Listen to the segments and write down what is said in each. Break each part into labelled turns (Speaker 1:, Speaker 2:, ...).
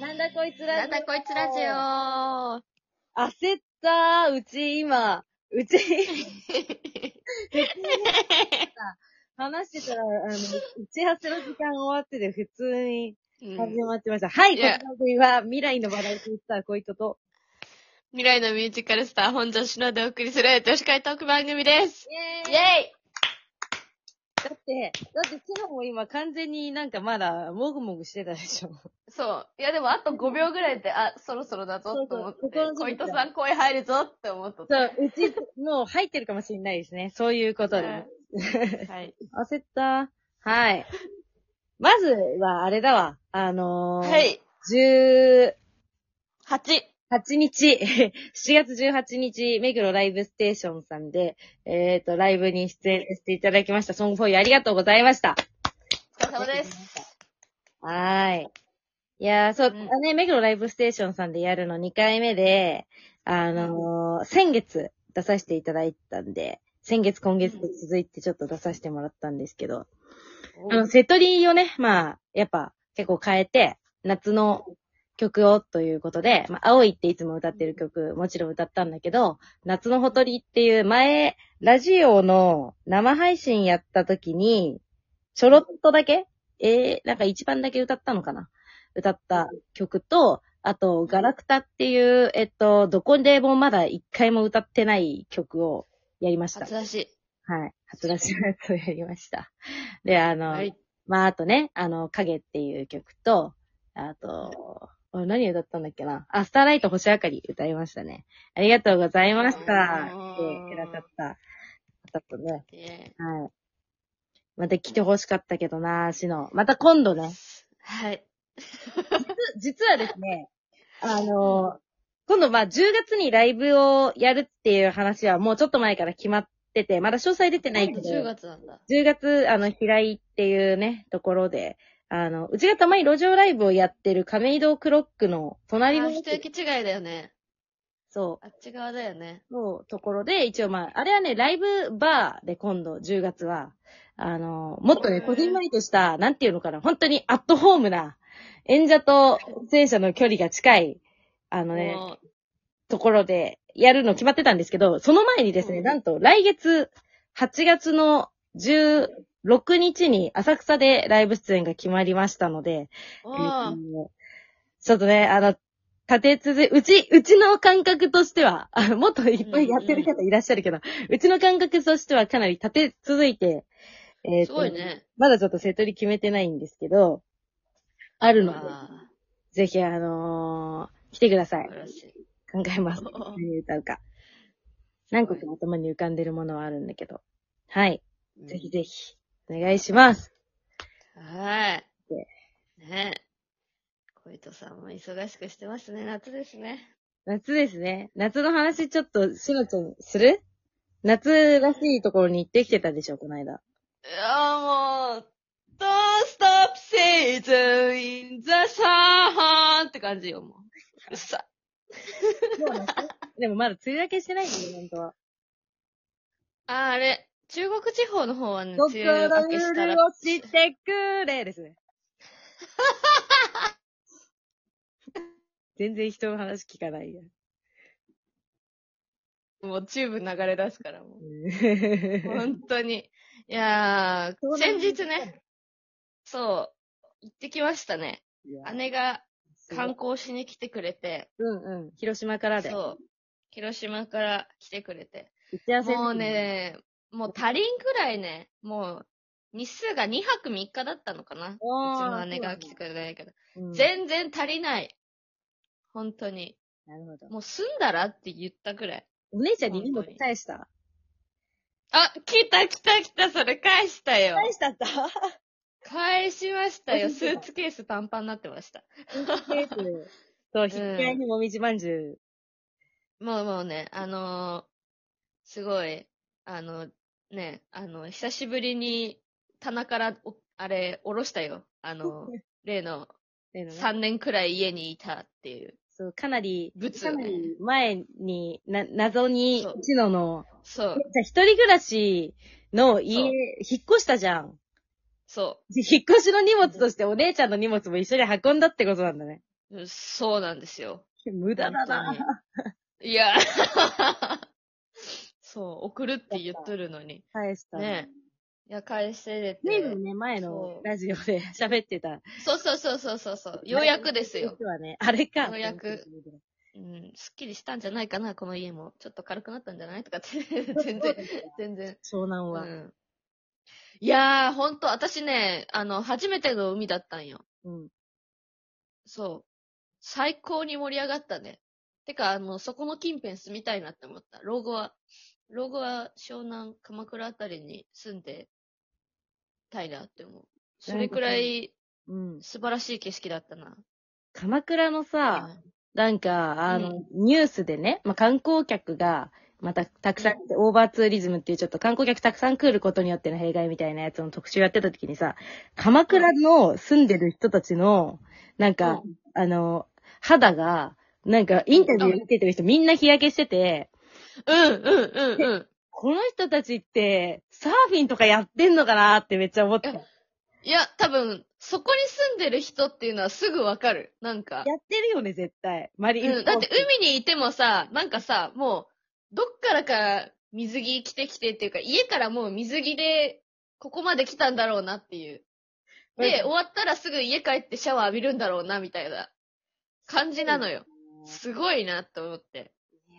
Speaker 1: なんだこいつ
Speaker 2: な
Speaker 1: ら
Speaker 2: んだこいつラジオ
Speaker 1: 焦ったうち今、う ち、話してたら、あの、打ち合わせの時間終わってて、普通に
Speaker 2: うん
Speaker 1: 始まってました。はい、
Speaker 2: い
Speaker 1: この
Speaker 2: や
Speaker 1: 番組は、未来のバラエティスター、こいとと。
Speaker 2: 未来のミュージカルスター、本庄しのでお送りする女子会トーク番組です。
Speaker 1: イェイ
Speaker 2: イェ
Speaker 1: だって、だって、昨日も今完全になんかまだ、もぐもぐしてたでしょ。
Speaker 2: イそう。いやでもあと5秒ぐらいで、あ、そろそろだぞと思って、
Speaker 1: そうそう
Speaker 2: 小糸さん声入るぞって思っと
Speaker 1: そ
Speaker 2: った。
Speaker 1: う、うち、もう入ってるかもしれないですね。そういうことで、ね。
Speaker 2: はい。
Speaker 1: 焦った。はい。まずは、あれだわ。あのー、
Speaker 2: は。い。
Speaker 1: 18
Speaker 2: 8。
Speaker 1: 日、7月18日、目黒ライブステーションさんで、えっ、と、ライブに出演していただきました。ソングフォーユーありがとうございました。
Speaker 2: お疲れ様です。
Speaker 1: はーい。いやー、そう、
Speaker 2: うん
Speaker 1: あね、目黒ライブステーションさんでやるの2回目で、あのー先月出させていただいたんで、先月今月と続いてちょっと出させてもらったんですけど、あの、セットリーをね、まあ、やっぱ結構変えて、夏の曲をということで、まあ、青いっていつも歌ってる曲、もちろん歌ったんだけど、夏のほとりっていう前、ラジオの生配信やった時に、ちょろっとだけ、えー、なんか一番だけ歌ったのかな歌った曲と、あと、ガラクタっていう、えっと、どこでもまだ一回も歌ってない曲をやりました。
Speaker 2: 初出し。
Speaker 1: はい。初出しのやつをやりました。で、あの、
Speaker 2: はい。
Speaker 1: まあ、あとね、あの、影っていう曲と、あと、あ何歌ったんだっけなあ、スターライト星明かり歌いましたね。ありがとうございました。
Speaker 2: あー
Speaker 1: 来てくださった。だったね。
Speaker 2: イェイ
Speaker 1: はい。また来てほしかったけどな、しの。また今度ね。
Speaker 2: はい。
Speaker 1: 実はですね、あの、今度まあ10月にライブをやるっていう話はもうちょっと前から決まってて、まだ詳細出てないけど。
Speaker 2: 10月なんだ。
Speaker 1: 10月、あの、平井っていうね、ところで、あの、うちがたまに路上ライブをやってる亀戸クロックの
Speaker 2: あ
Speaker 1: 隣の、
Speaker 2: 一駅違いだよね。
Speaker 1: そ
Speaker 2: あっち側だよね。
Speaker 1: う、のところで、一応まあ、あれはね、ライブバーで今度、10月は、あの、もっとね、
Speaker 2: へー
Speaker 1: こじんまりとした、なんていうのかな、本当にアットホームな、演者と出演者の距離が近い、あのね、
Speaker 2: もう
Speaker 1: ところでやるの決まってたんですけど、その前にですね、
Speaker 2: うん
Speaker 1: なんと来月、8月の16日に浅草でライブ出演が決まりましたので、
Speaker 2: お
Speaker 1: えっ
Speaker 2: ー
Speaker 1: とちょっとね、あの、立て続け、うち、うちの感覚としては、あもっといっぱいやってる方いらっしゃるけど、うちの感覚としてはかなり立て続いて、えっ
Speaker 2: すごいね。
Speaker 1: まだちょっとセトリ決めてないんですけど、あるので、
Speaker 2: あ
Speaker 1: ぜひあのー来てくださ
Speaker 2: ー
Speaker 1: い
Speaker 2: 素。晴らしい
Speaker 1: 考えます。
Speaker 2: お
Speaker 1: 何歌うか。何個か頭に浮かんでるものはあるんだけど。はい。ぜひぜひ、お願いします。
Speaker 2: はーい。ねえ。小糸さんも忙しくしてますね。夏ですね。
Speaker 1: 夏ですね。夏の話ちょっと、しのちゃん、する夏らしいところに行ってきてたでしょ、この間。
Speaker 2: いやもう、Don't stop season in the sun って感じよ、もう。うるさい。
Speaker 1: でもまだ梅雨明けしてないんだよ、本当は。
Speaker 2: あー、あれ。中国地方の方はね、
Speaker 1: 心
Speaker 2: 梅雨明けしたら。
Speaker 1: 潤してくれです ね。全然人の話聞かないや。
Speaker 2: もうチューブ流れ出すから、も う。
Speaker 1: う
Speaker 2: 本当に。いや
Speaker 1: そう
Speaker 2: ー、
Speaker 1: なん
Speaker 2: 先
Speaker 1: です
Speaker 2: 日ね、そう、行ってきましたね。
Speaker 1: ん
Speaker 2: 姉が
Speaker 1: 韓
Speaker 2: 観光しに来てくれて、
Speaker 1: うんうん。広島からで。
Speaker 2: そう、広島から来てくれて。
Speaker 1: 打ち合わせ
Speaker 2: もう。ね、もう足りんくらいね、もう、日数が2泊3日だったのかな。うち
Speaker 1: あー
Speaker 2: の姉が来てくれないけど。
Speaker 1: うん
Speaker 2: 全然足りない。本当に。
Speaker 1: なるほど。
Speaker 2: もう住んだらって言ったくらい。
Speaker 1: お姉ちゃんに荷物返した
Speaker 2: あ、来た来た来た、それ返したよ。
Speaker 1: したった
Speaker 2: 返しましたよ。
Speaker 1: 返し
Speaker 2: ス
Speaker 1: て
Speaker 2: ー
Speaker 1: た
Speaker 2: ツケースパンパンになってました。
Speaker 1: そう、引き換えにもみじまんじゅ
Speaker 2: もうもうね、あのーすごい、あの、ね、あの、久しぶりに棚からお、あれ、下ろしたよ。あの、例
Speaker 1: う
Speaker 2: の
Speaker 1: っていうのね。
Speaker 2: 3年くらい家にいたっていう。
Speaker 1: そう、かなり、
Speaker 2: 物
Speaker 1: か
Speaker 2: を
Speaker 1: な
Speaker 2: ね
Speaker 1: り前に、な、謎に
Speaker 2: そう、
Speaker 1: チノの、
Speaker 2: そう。
Speaker 1: じゃあ一人暮らしの家、
Speaker 2: そう
Speaker 1: 引っ越したじゃん。
Speaker 2: そ
Speaker 1: 引っ越しの荷物としてお姉ちゃんの荷物も一緒に運んだってことなんだね。
Speaker 2: う。そうなんですよ。
Speaker 1: 無駄だ
Speaker 2: 本
Speaker 1: な。
Speaker 2: 当にいや、 そう、送るって言っとるのに。
Speaker 1: 返したの。
Speaker 2: ねいや、返してれ
Speaker 1: ずい
Speaker 2: て
Speaker 1: ぶ。んね、前の
Speaker 2: そう
Speaker 1: ラジオで 喋ってた。
Speaker 2: そうそうそうそうそうそう。ようやくですよ。
Speaker 1: 実はね、あれか。
Speaker 2: ようやく。うん、すっきりしたんじゃないかな、この家も。ちょっと軽くなったんじゃないと かって、全然、全然。
Speaker 1: 湘南
Speaker 2: う
Speaker 1: は。
Speaker 2: ん。いやー、ほんと、私ね、あの、初めての海だったんよ。
Speaker 1: うん。
Speaker 2: そう。最高に盛り上がったね。てか、あの、そこの近辺住みたいなって思った。老後は、老後は湘南、鎌倉あたりに住んでたいなって思う。それくらい
Speaker 1: うん。
Speaker 2: 素晴らしい景色だったな。
Speaker 1: 鎌倉のさ、
Speaker 2: うん
Speaker 1: なんか、あの、ニュースでね、まあ、観光客が、また、たくさん、オーバーツーリズムっていうちょっと観光客たくさん来ることによっての弊害みたいなやつの特集やってた時にさ、鎌倉の住んでる人たちの、なんか、
Speaker 2: うん
Speaker 1: あの、肌が、なんか、インタビュー受けてる人みんな日焼けしてて、
Speaker 2: うん、うん、うん、うん。
Speaker 1: この人たちって、サーフィンとかやってんのかなってめっちゃ思った。や
Speaker 2: えいや、多分、そこに住んでる人っていうのはすぐわかる。なんか。
Speaker 1: ってるよね、絶対。マリン、
Speaker 2: うん、だって海にいてもさ、なんかさ、もう、どっからか水着着てきてっていうか、家からもう水着で、ここまで来たんだろうなっていう。で、終わったらすぐ家帰ってシャワー浴びるんだろうな、みたいな感じなのよ。すごいなと思って。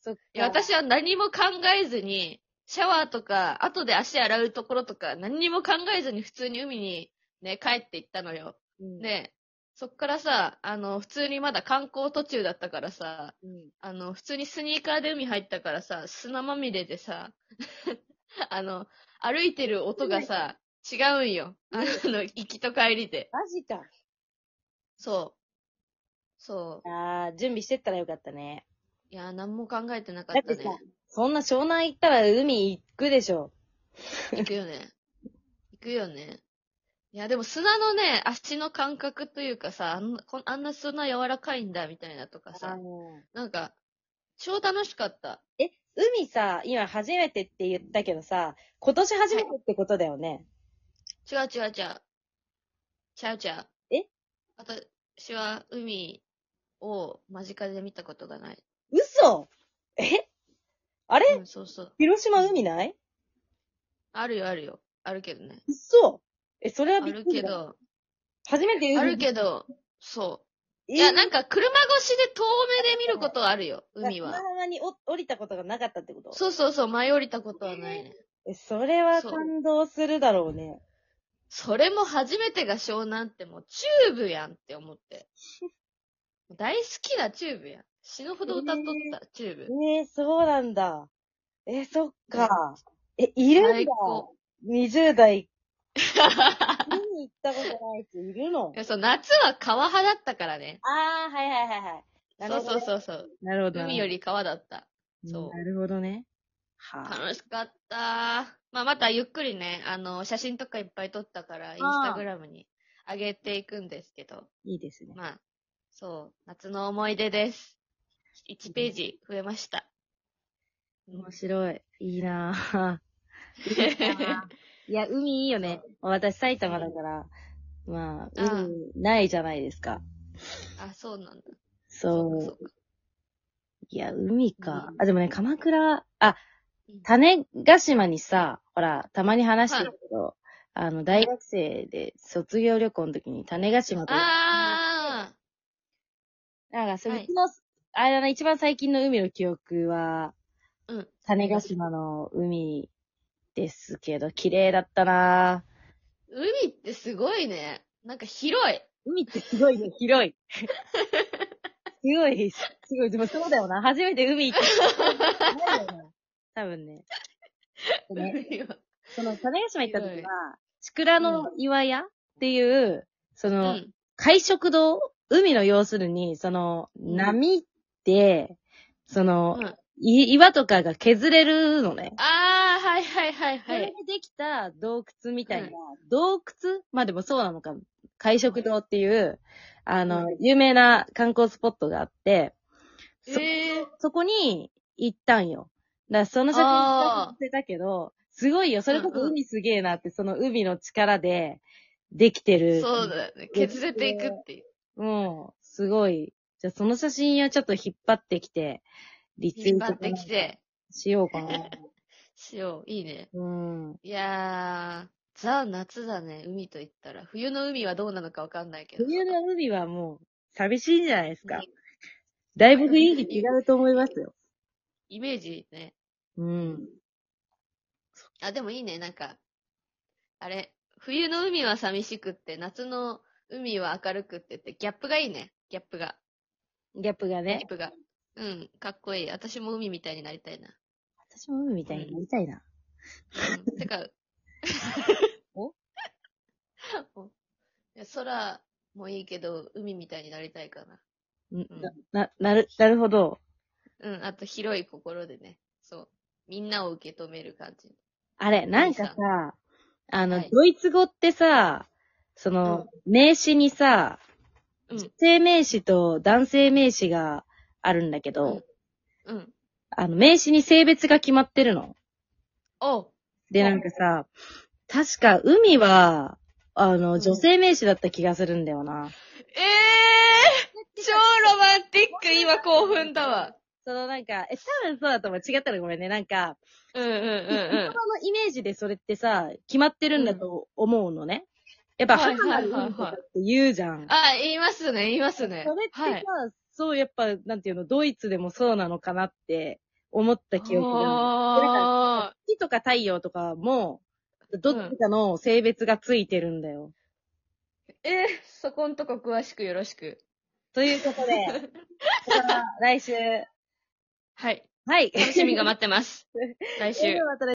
Speaker 1: そっか
Speaker 2: いや、私は何も考えずに、シャワーとか、後で足洗うところとか、何にも考えずに普通に海にね、帰って行ったのよ。
Speaker 1: うん、
Speaker 2: で、そっからさ、あの、普通にまだ観光途中だったからさ、
Speaker 1: うん
Speaker 2: あの、普通にスニーカーで海入ったからさ、砂まみれでさ、 あの、歩いてる音がさ、違うんよ。あの、行きと帰りで。
Speaker 1: マジか。
Speaker 2: そう。そ
Speaker 1: ああ、準備してったらよかったね。
Speaker 2: う。いや、何も考えてなか
Speaker 1: だ
Speaker 2: っ
Speaker 1: ったてさ
Speaker 2: ね。、
Speaker 1: そんな湘南行ったら海行くでしょ。
Speaker 2: 行くよね。行くよね。いや、でも砂のね、足の感覚というかさ、あんなこんあんな砂柔らかいんだ、みたいなとかさ、なんか、超楽しかった。
Speaker 1: え、海さ、今初めてって言ったけどさ、今年初めてってことだよね。
Speaker 2: 違う違う違う。ちゃうちゃう。
Speaker 1: え
Speaker 2: 私は海を間近で見たことがない。
Speaker 1: 嘘えあれ
Speaker 2: うん、そうそう。
Speaker 1: 広島海ない
Speaker 2: あるよあるよ。あるけどね。
Speaker 1: 嘘え、それは
Speaker 2: あ
Speaker 1: びっ
Speaker 2: る
Speaker 1: くり
Speaker 2: け
Speaker 1: だ。
Speaker 2: ど、
Speaker 1: 初めて海
Speaker 2: あるけど、そ
Speaker 1: え
Speaker 2: う。
Speaker 1: ー
Speaker 2: いや、なんか車越しで遠目で見ることはあるよ、海は
Speaker 1: 砂。浜にお降りたことがなかったってこと
Speaker 2: そうそうそう、前降りたことはないね。
Speaker 1: え、それは
Speaker 2: そう
Speaker 1: 感動するだろうね。
Speaker 2: それも初めてが湘南ってもうチューブやんって思って。大好きなチューブやん。死ぬほど歌っとった、チューブ。
Speaker 1: えー、そうなんだ。え、そっか。え、いるんだ。
Speaker 2: 最高。
Speaker 1: 20代、 見に行ったことない人いるの
Speaker 2: いやそう、夏は川派だったからね。
Speaker 1: ああ、はいはいはいはい。なる
Speaker 2: そう
Speaker 1: ほど
Speaker 2: そうそうそう。
Speaker 1: なるほど。
Speaker 2: 海より川だった。そう
Speaker 1: なるほどね。はあ。
Speaker 2: 楽しかったー。まあ、またゆっくりね、あの、写真とかいっぱい撮ったから、インスタグラムに上げていくんですけど、
Speaker 1: いいですね。
Speaker 2: まあ、そう、夏の思い出です。1ページ増えました。うん
Speaker 1: 面白い。いいなぁ。いいなぁいや、海いいよね。私埼玉だから、まあ、
Speaker 2: ああ
Speaker 1: 海ないじゃないですか。
Speaker 2: あ、そうなんだ。
Speaker 1: そう。
Speaker 2: うか
Speaker 1: いや、海か
Speaker 2: う。ん
Speaker 1: あ、でもね、鎌倉、あ
Speaker 2: うん、
Speaker 1: 種ヶ島にさ、ほら、たまに話してるけど、あの、大学生で卒業旅行の時に種ヶ島
Speaker 2: そう
Speaker 1: と
Speaker 2: か。あ
Speaker 1: なんか、それ、
Speaker 2: はいう
Speaker 1: ちの、あれだな、一番最近の海の記憶は、
Speaker 2: ーうん。
Speaker 1: 種ヶ島の海ですけど、綺麗だったなぁ
Speaker 2: 海ってすごいね。なんか広い。
Speaker 1: 海ってすごいね、 広い。すごい、すごい、でもそうだよな。初めて海行 った。多分 ね。ね、
Speaker 2: 海は
Speaker 1: その、種子島行った時
Speaker 2: 広い
Speaker 1: は、ちくらの岩屋っていう、そうの、
Speaker 2: ん。
Speaker 1: 海食堂海の要するに、その、
Speaker 2: うん
Speaker 1: 波って、その、
Speaker 2: うん
Speaker 1: い岩とかが削れるのね。
Speaker 2: あー、はいはいはい
Speaker 1: そ
Speaker 2: は
Speaker 1: れ
Speaker 2: い
Speaker 1: で。できた洞窟みたいな、
Speaker 2: うん
Speaker 1: 洞窟まあでもそうなのか、海食堂っていう、あの、有名な観光スポットがあって、そ,、
Speaker 2: えー
Speaker 1: そこに行ったんよ。だからその写真
Speaker 2: あー
Speaker 1: 撮ってたけど、すごいよ。それこ
Speaker 2: うん
Speaker 1: そ
Speaker 2: うん
Speaker 1: 海すげえなって、その海の力でできてる。
Speaker 2: そうだよね。削れていくっていう。
Speaker 1: もう、すごい。じゃあその写真をちょっと引っ張ってきて、リツイ
Speaker 2: 引
Speaker 1: ー
Speaker 2: っ
Speaker 1: ト
Speaker 2: 張ってきて、
Speaker 1: しようかな。
Speaker 2: しよう。いいね。
Speaker 1: うん。
Speaker 2: いやー、ザ夏だね。海と言ったら。冬の海はどうなのかわかんないけど。
Speaker 1: 冬の海はもう、寂しいんじゃないですか
Speaker 2: うん。
Speaker 1: だいぶ雰囲気違うと思いますよ。
Speaker 2: イメージね。
Speaker 1: うん。
Speaker 2: あ、でもいいね。なんか、あれ、冬の海は寂しくって、夏の海は明るくってって、ギャップがいいね。ギャップが。
Speaker 1: ギャップが
Speaker 2: ギャ
Speaker 1: ね
Speaker 2: ッ。プが。うん、かっこいい。私も海みたいになりたいな。
Speaker 1: 私も海みたいになりたいな。
Speaker 2: うんてか、
Speaker 1: お
Speaker 2: おいや空もいいけど、海みたいになりたいかな。
Speaker 1: うん
Speaker 2: うん
Speaker 1: な、な、なる、なるほど。
Speaker 2: うん、あと広い心でね。そう。みんなを受け止める感じ。
Speaker 1: あれ、なんかさ、あの、
Speaker 2: はい
Speaker 1: ドイツ語ってさ、その、名詞にさ、
Speaker 2: うん
Speaker 1: 女性名詞と男性名詞があるんだけど、
Speaker 2: うんうん。
Speaker 1: あの、名詞に性別が決まってるの。
Speaker 2: お
Speaker 1: で、なんかさ、確か、海は、あ
Speaker 2: う
Speaker 1: の、
Speaker 2: ん
Speaker 1: 女性名詞だった気がするんだよな。
Speaker 2: えー、超ロマンティッ ク今興奮だわ。
Speaker 1: そのなんか、え、多分そうだと思う。違ったらごめんね。なんか、
Speaker 2: うんうんうんうん
Speaker 1: そ。のイメージでそれってさ、決まってるんだと思うのね。やっぱ、
Speaker 2: はい
Speaker 1: 母な
Speaker 2: はい
Speaker 1: る
Speaker 2: はいはい
Speaker 1: 海とかって言うじゃん。
Speaker 2: あ、言いますね、言いますね。
Speaker 1: それってさ、
Speaker 2: はい。
Speaker 1: そう、やっぱ、なんていうの、ドイツでもそうなのかなって思った記憶がある。
Speaker 2: あ
Speaker 1: 月とか太陽とかも、どっちかの性別がついてるんだよ。
Speaker 2: ーえー、そこんとこ詳しくよろしく。
Speaker 1: ということ で、ここは来週、
Speaker 2: はい。
Speaker 1: はい。
Speaker 2: 楽しみが待ってます。来
Speaker 1: それ
Speaker 2: 週
Speaker 1: で。はまた来週